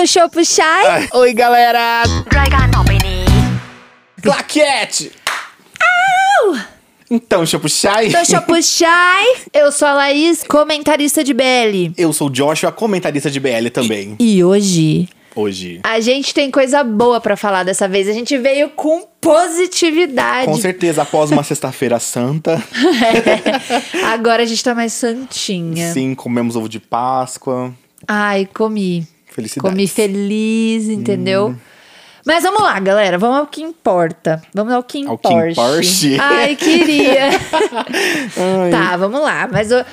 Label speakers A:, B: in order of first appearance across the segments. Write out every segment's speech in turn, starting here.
A: um chopo chai.
B: Oi, galera!
A: Então,
C: รายการต่อไปนี้
B: Claquete! Então, Chapuchai.
A: Tô chopo chai. Eu sou a Laís, comentarista de BL.
B: Eu sou o Joshua, comentarista de BL também,
A: E hoje
B: hoje.
A: a gente tem coisa boa pra falar dessa vez. A gente veio com positividade.
B: Com certeza, após uma sexta-feira santa,
A: É. Agora a gente tá mais santinha.
B: sim, comemos ovo de Páscoa.
A: Ai, comi.
B: Felicidades. Hum.
A: Comi feliz, entendeu? Mas vamos lá, galera. Vamos ao que importa. Vamos ao que
B: Ao que
A: importa.
B: importe.
A: Ai, queria.
B: Ai.
A: tá, vamos lá. Mas o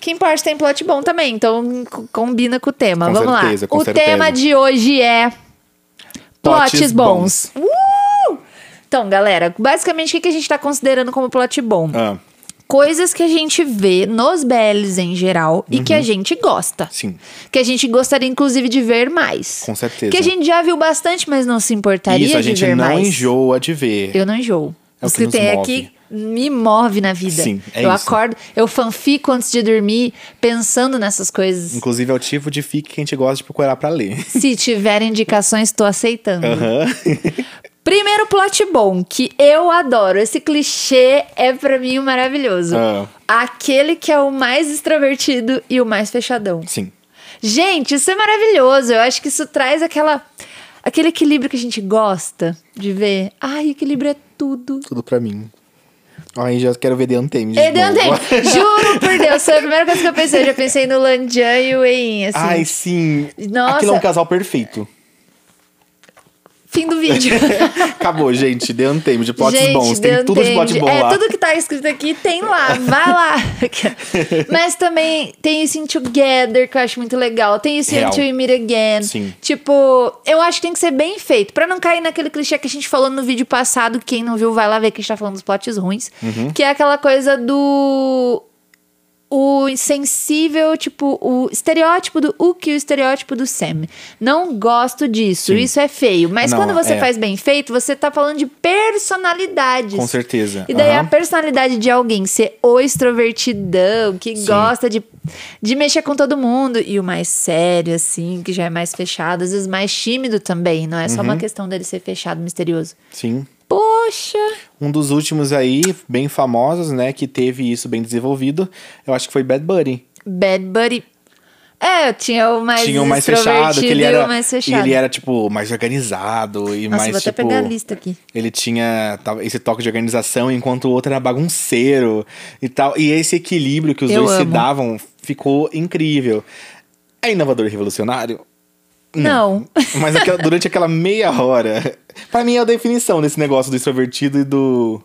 A: que importa tem plot bom também. Então co- combina com o tema.
B: Com
A: vamos
B: certeza,
A: lá.
B: com
A: o
B: certeza.
A: tema de hoje é
B: Plots
A: plots, bons. Uh! Então, galera, basicamente o que que a gente tá considerando como plot bom?
B: Ah,
A: Coisas que a gente vê nos BLs em geral e
B: Uhum.
A: que a gente gosta
B: sim.
A: que a gente gostaria inclusive de ver mais.
B: Com certeza.
A: Que a gente já viu bastante, mas não se importaria
B: Isso, a
A: de
B: gente
A: ver
B: não
A: mais.
B: enjoa de ver.
A: Eu não enjoo.
B: É o
A: Os
B: que nos
A: tem
B: move.
A: aqui me move na vida.
B: Sim, é
A: eu
B: isso.
A: acordo, eu fanfico antes de dormir pensando nessas coisas.
B: Inclusive, é o tipo de fic que a gente gosta de procurar pra ler.
A: se tiver indicações, tô aceitando.
B: Aham.
A: Primeiro plot bom, que eu adoro. Esse clichê é pra mim maravilhoso.
B: Ah.
A: Aquele que é o mais extrovertido e o mais fechadão.
B: Sim.
A: Gente, isso é maravilhoso. Eu acho que isso traz aquela aquele equilíbrio que a gente gosta de ver. Ai, equilíbrio é tudo.
B: Tudo pra mim. Ai, já quero ver The Untamed. de
A: Edantei,
B: novo.
A: juro por Deus, foi a primeira coisa que eu pensei. Eu já pensei no Lanjan e o Ein, assim.
B: Ai, sim.
A: Nossa.
B: Aquilo é um casal perfeito.
A: Fim do vídeo.
B: Acabou, gente. The Untamed, de plots
A: Gente,
B: bons. Tem
A: Deus
B: tudo de plot
A: entende.
B: bom
A: é,
B: lá.
A: tudo que tá escrito aqui tem lá, vai lá. Mas também tem isso em Together, que eu acho muito legal. Tem isso em
B: Real.
A: Until We Meet Again.
B: Sim.
A: Tipo, eu acho que tem que ser bem feito. Pra não cair naquele clichê que a gente falou no vídeo passado, quem não viu vai lá ver que a gente tá falando dos plots ruins.
B: Uhum.
A: Que é aquela coisa do... O insensível, tipo, o estereótipo do Uki e o estereótipo do Sam. Não gosto disso, isso é feio. Mas
B: Não,
A: quando você
B: é.
A: faz bem feito, você tá falando de personalidades.
B: Com certeza.
A: E daí
B: Aham.
A: a personalidade de alguém ser o extrovertidão, que
B: Sim.
A: gosta de, de mexer com todo mundo, e o mais sério, assim, que já é mais fechado, às vezes mais tímido também. Não é só
B: Uhum.
A: uma questão dele ser fechado, misterioso.
B: Sim.
A: Poxa!
B: Um dos últimos aí, bem famosos, né? Que teve isso bem desenvolvido. Eu acho que foi Bad Buddy.
A: Bad Buddy. É, eu tinha o mais
B: Tinha o mais fechado,
A: extrovertido
B: que ele
A: e
B: era.
A: o mais
B: e
A: fechado.
B: ele era, tipo, mais organizado e
A: Nossa,
B: mais.
A: vou até
B: tipo,
A: pegar a lista aqui.
B: Ele tinha tava, esse toque de organização, enquanto o outro era bagunceiro e tal. E esse equilíbrio que os
A: Eu
B: dois se
A: amo.
B: davam ficou incrível. É inovador e revolucionário? Hum.
A: Não.
B: Mas aquela- durante aquela meia hora. Pra mim é a definição desse negócio do extrovertido e do.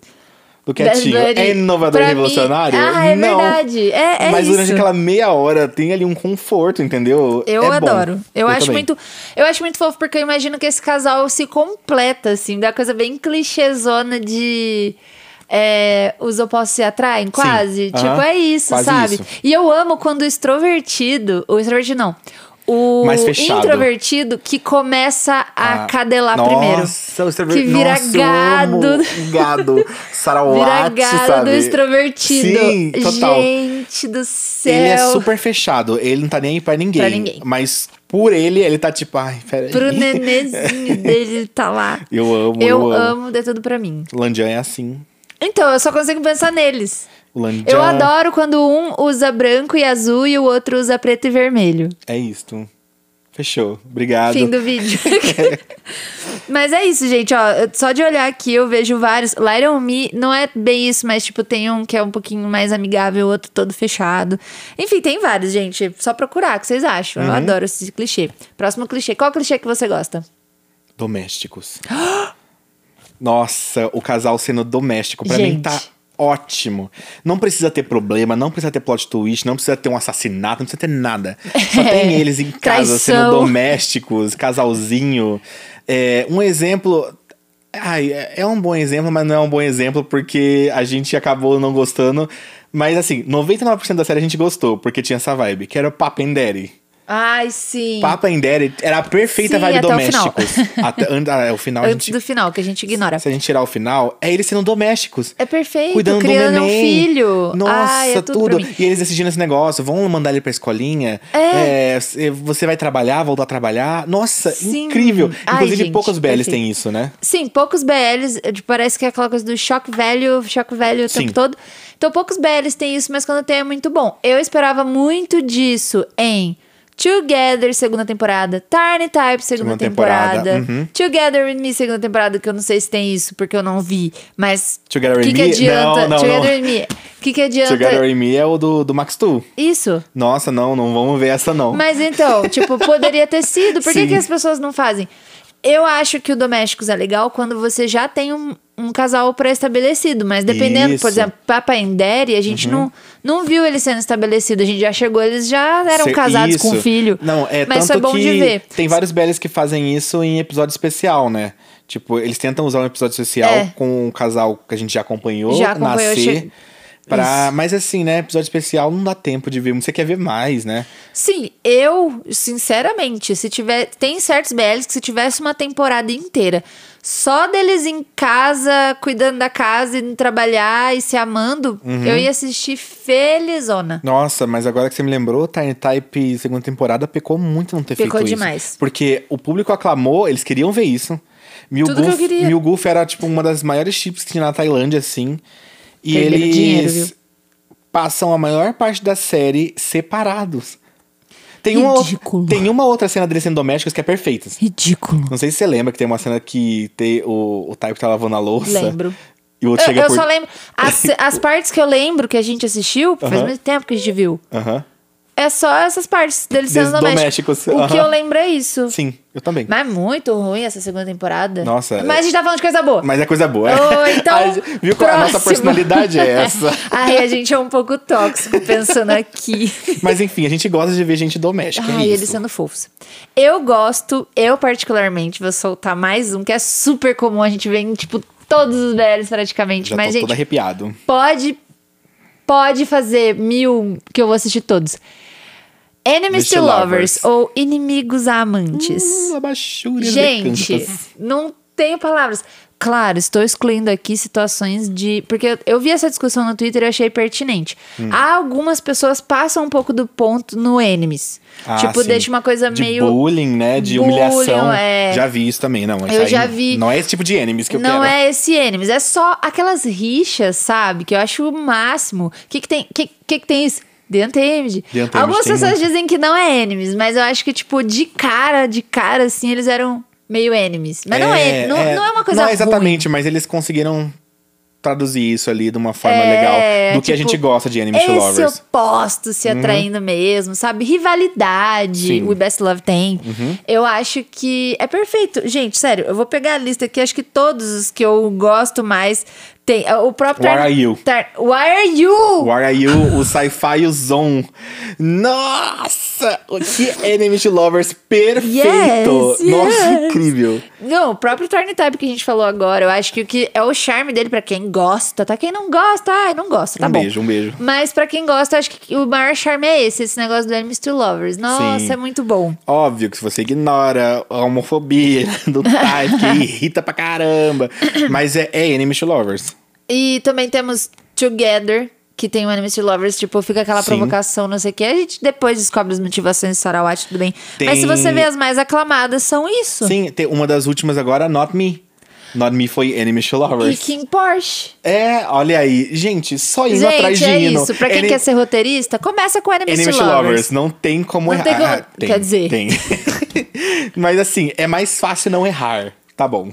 B: Do quietinho.
A: Bad Bunny,
B: É inovador
A: pra
B: e
A: mim-
B: revolucionário?
A: Ah, é
B: Não.
A: verdade. É, é
B: Mas durante
A: isso.
B: aquela meia hora tem ali um conforto, entendeu?
A: Eu
B: É bom.
A: adoro. Eu, acho
B: também.
A: muito, eu acho muito fofo porque eu imagino que esse casal se completa assim, da coisa bem clichêzona de é, os opostos se atraem, quase. Tipo,
B: Aham.
A: é isso,
B: Quase
A: sabe?
B: isso.
A: E eu amo quando o extrovertido, o extrovertido não, o
B: Mais fechado.
A: introvertido que começa a
B: Ah,
A: cadelar
B: nossa,
A: primeiro.
B: o extrover-
A: Que vira
B: Nossa, eu amo
A: gado.
B: Gado.
A: Vira
B: Sarawati,
A: gado
B: sabe?
A: do extrovertido.
B: Sim, total.
A: Gente do céu.
B: Ele é super fechado, ele não tá nem aí pra ninguém.
A: Pra ninguém.
B: Mas por ele, ele tá tipo, ai, peraí.
A: Pro nenezinho dele, ele tá lá.
B: Eu amo, eu,
A: Eu, amo, dê tudo pra mim.
B: Landian é assim.
A: Então, eu só consigo pensar neles.
B: O Landian
A: Eu adoro quando um usa branco e azul e o outro usa preto e vermelho.
B: É isto. Fechou. Obrigado.
A: Fim do vídeo. mas é isso, gente, ó. eu- Só de olhar aqui eu vejo vários. Lion Me não é bem isso, mas tipo, tem um que é um pouquinho mais amigável, outro todo fechado. Enfim, tem vários, gente. Só procurar, o que vocês acham?
B: Uhum.
A: Eu adoro esse clichê. Próximo clichê. Qual clichê que você gosta?
B: Domésticos. Nossa, o casal sendo doméstico, pra mim
A: Gente.
B: tá ótimo. Não precisa ter problema, não precisa ter plot twist, não precisa ter um assassinato, não precisa ter nada. Só tem eles em casa sendo
A: É. Traição.
B: domésticos, casalzinho. É, um exemplo. Ai, é- é um bom exemplo, mas não é um bom exemplo porque a gente acabou não gostando. Mas assim, 99% da série a gente gostou, porque tinha essa vibe, que era o Papenderi.
A: Ai, sim.
B: Papa and Daddy era a perfeita
A: Sim,
B: vibe
A: até o final.
B: domésticos. Até, and- ah, o final, a
A: Antes
B: gente,
A: do final, que a gente ignora.
B: se a gente tirar o final, é eles sendo domésticos.
A: É perfeito,
B: Cuidando
A: criando
B: do
A: um
B: neném.
A: filho.
B: Nossa,
A: Ai, é tudo. pra mim.
B: E eles decidindo esse negócio, vão mandar ele pra escolinha.
A: É.
B: É, c- você vai trabalhar, voltar a trabalhar. Nossa,
A: Sim.
B: incrível.
A: Ai,
B: Inclusive,
A: gente,
B: poucas BLs
A: perfeito.
B: têm isso, né?
A: Sim, poucos BLs, eh, tipo, parece que é aquela coisa do choque velho, choque velho o
B: Sim.
A: tempo todo. Então, poucos BLs têm isso, mas quando tem é muito bom. Eu esperava muito disso em Together, segunda temporada, Tiny Type, segunda
B: Segunda temporada, uhum.
A: temporada, Together With Me, segunda temporada, que eu não sei se tem isso, porque eu não vi, mas...
B: Together
A: que
B: With
A: que
B: Me?
A: adianta?
B: Não, não,
A: Together
B: não.
A: With Me. O que que adianta
B: Together With Me é o do, do Max Tu.
A: isso?
B: Nossa, não, não vamos ver essa, não.
A: Mas então, tipo, poderia ter sido. Por que,
B: Sim.
A: que as pessoas não fazem? Eu acho que o Domésticos é legal quando você já tem um, um casal pré-estabelecido. Mas dependendo, por
B: Isso. Uhum.
A: exemplo, Papa Endere, a gente não, não viu ele sendo estabelecido. A gente já chegou, eles já eram
B: Ser-
A: casados
B: isso.
A: com um filho.
B: Não, é
A: mas
B: tanto
A: foi bom
B: que
A: de ver.
B: tem vários BLs que fazem isso em episódio especial, né? Tipo, eles tentam usar um episódio especial
A: É.
B: com um casal que a gente já acompanhou,
A: Já acompanhou,
B: nascer.
A: che-
B: Pra... Mas assim, né? Episódio especial não dá tempo de ver. Você quer ver mais, né?
A: Sim, eu, sinceramente, se tiver. Tem certos BLs que se tivesse uma temporada inteira só deles em casa, cuidando da casa, indo trabalhar e se amando,
B: Uhum.
A: eu ia assistir felizona.
B: Nossa, mas agora que você me lembrou, Tiny Type segunda temporada pecou muito não ter
A: Pecou
B: feito isso.
A: demais.
B: Porque o público aclamou, eles queriam ver isso. Mil
A: Tudo que eu
B: Goof,
A: queria.
B: Mil Goof era tipo uma das maiores chips que tinha na Tailândia, assim. E
A: Perderam
B: eles
A: dinheiro, viu?
B: passam a maior parte da série separados. Tem uma,
A: Ridículo.
B: ou- tem uma outra cena deles sendo domésticos que é perfeita. assim.
A: Ridículo.
B: Não sei se você lembra que tem uma cena que tem o, o Type tá lavando a louça.
A: Lembro.
B: E o outro
A: Eu,
B: chega
A: eu
B: por...
A: só lembro. As, as partes que eu lembro que a gente assistiu, faz
B: Aham.
A: muito tempo que a gente viu.
B: Aham.
A: É só essas partes deles
B: Des-
A: sendo domésticos.
B: domésticos,
A: O que
B: aham.
A: eu lembro é isso.
B: Sim, eu também.
A: Mas é muito ruim essa segunda temporada.
B: Nossa,
A: Mas a gente tá falando de coisa boa.
B: Mas é coisa boa.
A: Ô, então,
B: A gente- viu que a nossa
A: próximo.
B: personalidade é essa.
A: Ai, a gente é um pouco tóxico pensando aqui.
B: Mas enfim, a gente gosta de ver gente doméstica.
A: Ai,
B: é
A: eles
B: isso.
A: sendo fofos. Eu gosto, eu particularmente, vou soltar mais um, que é super comum, a gente vê em, tipo, todos os BLs praticamente.
B: Já
A: Mas,
B: tô
A: gente,
B: todo arrepiado.
A: pode, pode fazer mil, que eu vou assistir todos. Enemies
B: Deixa
A: to
B: eu
A: lovers,
B: lovers.
A: ou inimigos a amantes.
B: Hum, a baixura
A: Gente,
B: decantas.
A: não tenho palavras. Claro, estou excluindo aqui situações de. Porque eu, eu vi essa discussão no Twitter e achei pertinente.
B: Hum.
A: Há algumas pessoas passam um pouco do ponto no enemies.
B: Ah,
A: tipo,
B: sim.
A: deixa uma coisa
B: de
A: meio.
B: bullying, né? De
A: Bullying,
B: humilhação.
A: é.
B: Já vi isso também, não. isso
A: Eu
B: aí
A: já vi.
B: Não é esse tipo de enemies que eu
A: não
B: quero.
A: é esse enemies, é só aquelas rixas, sabe? Que eu acho o máximo. O que, que tem? que, que, que tem isso? The Untamed.
B: The Untamed
A: Algumas
B: tem
A: pessoas
B: muito.
A: dizem que não é enemies, mas eu acho que, tipo, de cara, de cara, assim, eles eram meio enemies. Mas não, é, não, não é uma coisa
B: Não
A: ruim.
B: exatamente, mas eles conseguiram traduzir isso ali de uma forma
A: É,
B: legal. Do que a
A: tipo,
B: gente gosta de enemies to
A: Esse
B: lovers.
A: oposto se atraindo mesmo, sabe? Rivalidade,
B: Sim. Uhum.
A: o Best Love tem. Eu acho que é perfeito. Gente, sério, eu vou pegar a lista aqui, acho que todos os que eu gosto mais tem. é, O próprio.
B: Where
A: Tar-
B: Are You?
A: Tar- Why Are You?
B: O Are You, o Sci-Fi e o Zon. Nossa! O que Enemy to Lovers perfeito!
A: Yes,
B: Nossa,
A: yes.
B: incrível!
A: Não, o próprio Turn Type que a gente falou agora, eu acho que o que é o charme dele pra quem gosta, tá? Quem não gosta, ai, não gosta, tá
B: um
A: bom.
B: beijo, um beijo.
A: Mas pra quem gosta, acho que o maior charme é esse, esse negócio do Enemies to Lovers. Nossa,
B: Sim.
A: é muito bom.
B: Óbvio que se você ignora a homofobia do type, que irrita pra caramba. Mas é, é Enemy to Lovers.
A: E também temos Together, que tem o Enemies to Lovers, tipo, fica aquela
B: Sim.
A: provocação, não sei o quê. A gente depois descobre as motivações de Sarawat, tudo bem. Mas
B: Tem-
A: se você vê as mais aclamadas, são isso.
B: Sim, tem uma das últimas agora, Not Me. Not Me foi Enemy to
A: E
B: Lovers.
A: Kim Porsche.
B: É, olha aí. Gente, só indo atrás
A: Gente,
B: de
A: é
B: hino.
A: isso. Pra quem
B: Ene-
A: quer ser roteirista, começa com Enemies,
B: Enemy
A: to
B: to
A: Lovers.
B: Lovers, não tem como
A: Não
B: errar.
A: tem como-
B: Ah, tem,
A: quer dizer.
B: Tem. Mas assim, é mais fácil não errar. Tá bom.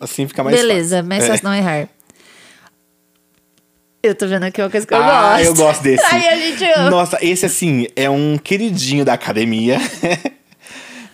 B: Assim fica mais
A: Beleza,
B: fácil.
A: mas
B: É.
A: só se não errar. Eu tô vendo aqui uma coisa que eu
B: Ah,
A: gosto.
B: eu gosto desse.
A: Aí a gente ama.
B: Nossa, esse assim, é um queridinho da academia.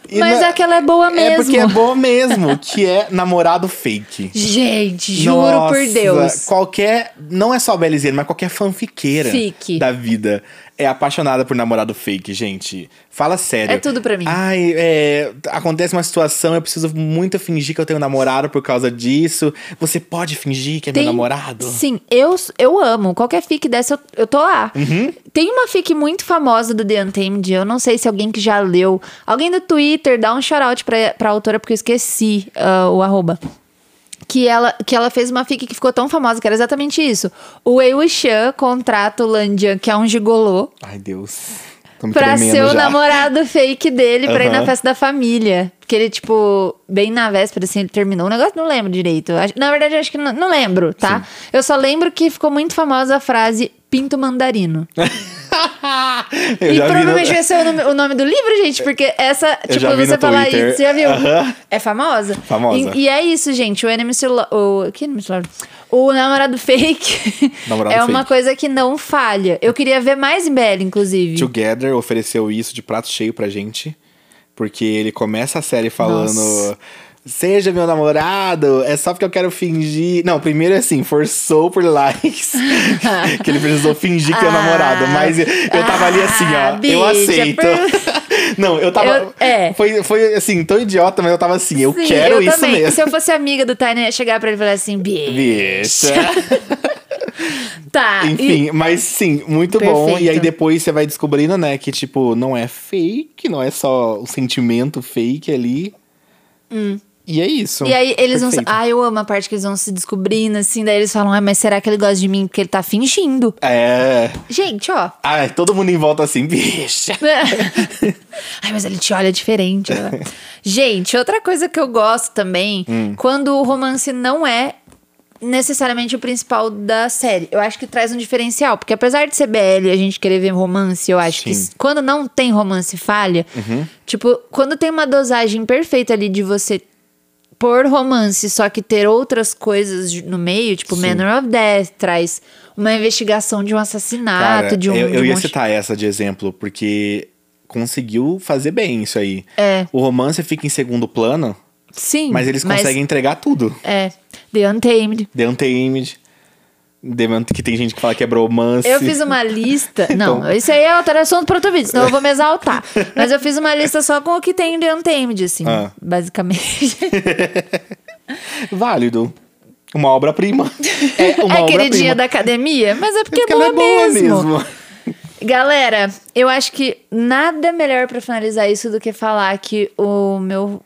B: E
A: Mas
B: na-
A: aquela é boa mesmo.
B: É porque é bom mesmo, que é namorado fake.
A: Gente, juro por
B: Nossa,
A: Deus.
B: Qualquer. Não é só a Belizeira, mas qualquer fanfiqueira
A: Fique.
B: da vida. é apaixonada por namorado fake, gente. Fala sério.
A: É tudo pra mim.
B: Ai, é, acontece uma situação, eu preciso muito fingir que eu tenho um namorado por causa disso. Você pode fingir que é meu namorado?
A: Sim, eu, eu amo. Qualquer fic dessa, eu, eu tô lá.
B: Uhum.
A: Tem uma fic muito famosa do The Untamed. Eu não sei se alguém que já leu. Alguém do Twitter, dá um shout-out pra, pra autora, porque eu esqueci ah, o arroba. Que ela, que ela fez uma fic que ficou tão famosa que era exatamente isso. O Wei Wuxian contrata o Landian, que é um gigolô,
B: Ai, Deus. Tô me
A: pra
B: tremendo
A: ser o
B: já.
A: namorado fake dele pra ir na
B: Aham.
A: festa da família. Porque ele, tipo, bem na véspera, assim, ele terminou o negócio, não lembro direito. Acho- Na verdade, acho que não, não lembro, tá? Eu só lembro que ficou muito famosa a frase pinto mandarino.
B: Eu
A: e
B: já vi no-
A: provavelmente vai ser o nome, o nome do livro, gente, porque essa, tipo,
B: já vi
A: você
B: no
A: falar
B: Twitter.
A: isso, você já viu?
B: Aham.
A: É famosa?
B: Famosa.
A: E, e é isso, gente. O Enemy Celular. O, que Enemy Celular? O Namorado Fake
B: Namorado
A: é uma
B: Fake.
A: coisa que não falha. Eu queria ver mais Belle, inclusive.
B: Together ofereceu isso de prato cheio pra gente. Porque ele começa a série falando.
A: Nossa.
B: Seja meu namorado, é só porque eu quero fingir. Não, primeiro é assim, forçou por likes. que ele precisou fingir que é o
A: Ah.
B: namorado. Mas eu tava ali assim,
A: Ah,
B: ó. eu
A: bicha,
B: aceito. Não, eu tava.
A: Eu- é.
B: foi, foi assim, tão idiota, mas eu tava assim, eu
A: Sim,
B: quero
A: eu
B: isso
A: também.
B: mesmo.
A: Se eu fosse amiga do Tiny, eu ia chegar pra ele e falar assim, bicho.
B: Bicha.
A: Tá. e-
B: Enfim, mas sim, muito bom. E aí
A: Perfeito.
B: depois você vai descobrindo, né, que tipo, não é fake, não é só o sentimento fake ali. E é isso.
A: Hum. E aí eles vão. se-
B: Perfeito.
A: Ah, eu amo a parte que eles vão se descobrindo, assim. Daí eles falam, ah, mas será que ele gosta de mim? Porque ele tá fingindo.
B: É.
A: Gente, ó.
B: Ai, todo mundo em volta assim, bicha.
A: Ai, mas ele te olha diferente. né? Gente, outra coisa que eu gosto também,
B: Hum.
A: quando o romance não é necessariamente o principal da série. Eu acho que traz um diferencial, porque apesar de ser BL e a gente querer ver romance, eu acho
B: Sim. Uhum.
A: que quando não tem romance falha, tipo, quando tem uma dosagem perfeita ali de você por romance, só que ter outras coisas de- no meio, tipo, Manor of Death traz uma investigação de um assassinato,
B: Cara,
A: de um
B: eu,
A: de
B: eu
A: um
B: ia
A: monte-
B: citar essa de exemplo, porque conseguiu fazer bem isso aí.
A: É.
B: O romance fica em segundo plano,
A: Sim,
B: mas eles conseguem entregar tudo.
A: É, The Untamed.
B: The Untamed, The Man- que tem gente que fala que é bromance.
A: Eu fiz uma lista. Não,
B: Então.
A: isso aí é outro assunto para outro vídeo, senão eu vou me exaltar. Mas eu fiz uma lista só com o que tem em The Untamed, assim,
B: Ah.
A: basicamente.
B: Válido. Uma obra-prima. É uma
A: é
B: obra-prima.
A: queridinha da academia, mas é porque,
B: Porque
A: é boa,
B: ela é boa
A: mesmo.
B: mesmo.
A: Galera, eu acho que nada melhor pra finalizar isso do que falar que o meu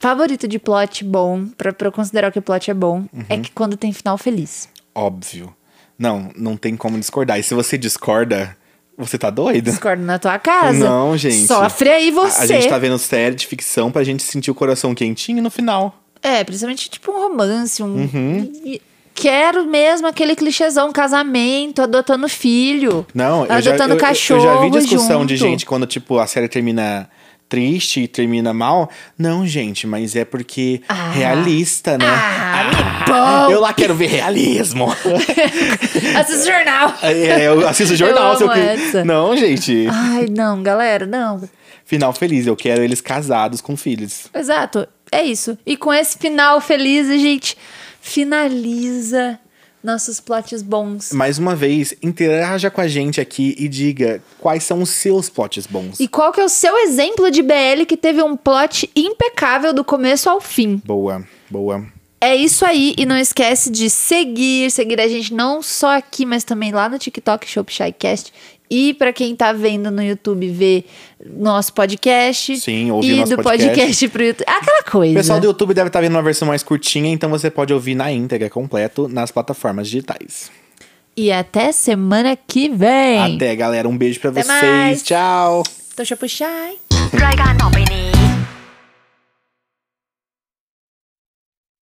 A: favorito de plot bom, pra, pra eu considerar que o plot é bom, é
B: Uhum.
A: que quando tem final feliz.
B: Óbvio. Não, não tem como discordar. E se você discorda, você tá doido?
A: Discordo na tua casa.
B: Não, gente.
A: Sofre aí você.
B: A, a gente tá vendo série de ficção pra gente sentir o coração quentinho no final.
A: É, principalmente tipo um romance, um.
B: Uhum.
A: E- Quero mesmo aquele clichêzão, casamento, adotando filho.
B: Não, eu já, eu,
A: adotando
B: eu-
A: cachorro.
B: eu já vi discussão de
A: junto.
B: gente quando, tipo, a série termina triste e termina mal. Não, gente, mas é porque
A: Ah.
B: realista, né?
A: Ah, me
B: eu lá quero ver realismo.
A: Assista o jornal.
B: É, eu assisto o
A: Eu
B: jornal.
A: amo
B: seu cri-
A: essa.
B: Não, gente.
A: Ai, não, galera, não.
B: Final feliz. Eu quero eles casados com filhos.
A: Exato, é isso. E com esse final feliz, a gente finaliza nossos plots bons.
B: Mais uma vez, interaja com a gente aqui e diga quais são os seus plots bons.
A: E qual que é o seu exemplo de BL que teve um plot impecável do começo ao fim?
B: Boa, boa.
A: É isso aí, e não esquece de seguir, seguir a gente não só aqui, mas também lá no TikTok Shopshycast. E pra quem tá vendo no YouTube, ver nosso podcast.
B: Sim,
A: E
B: ouvir nosso
A: do podcast.
B: podcast
A: pro YouTube. Aquela coisa.
B: O pessoal do YouTube deve estar vendo uma versão mais curtinha, então você pode ouvir na íntegra completo nas plataformas digitais.
A: E até semana que vem.
B: Até, galera. Um beijo pra
A: Até
B: vocês.
A: mais.
B: Tchau.
A: 都是不晒。
C: รายการต่อไปนี้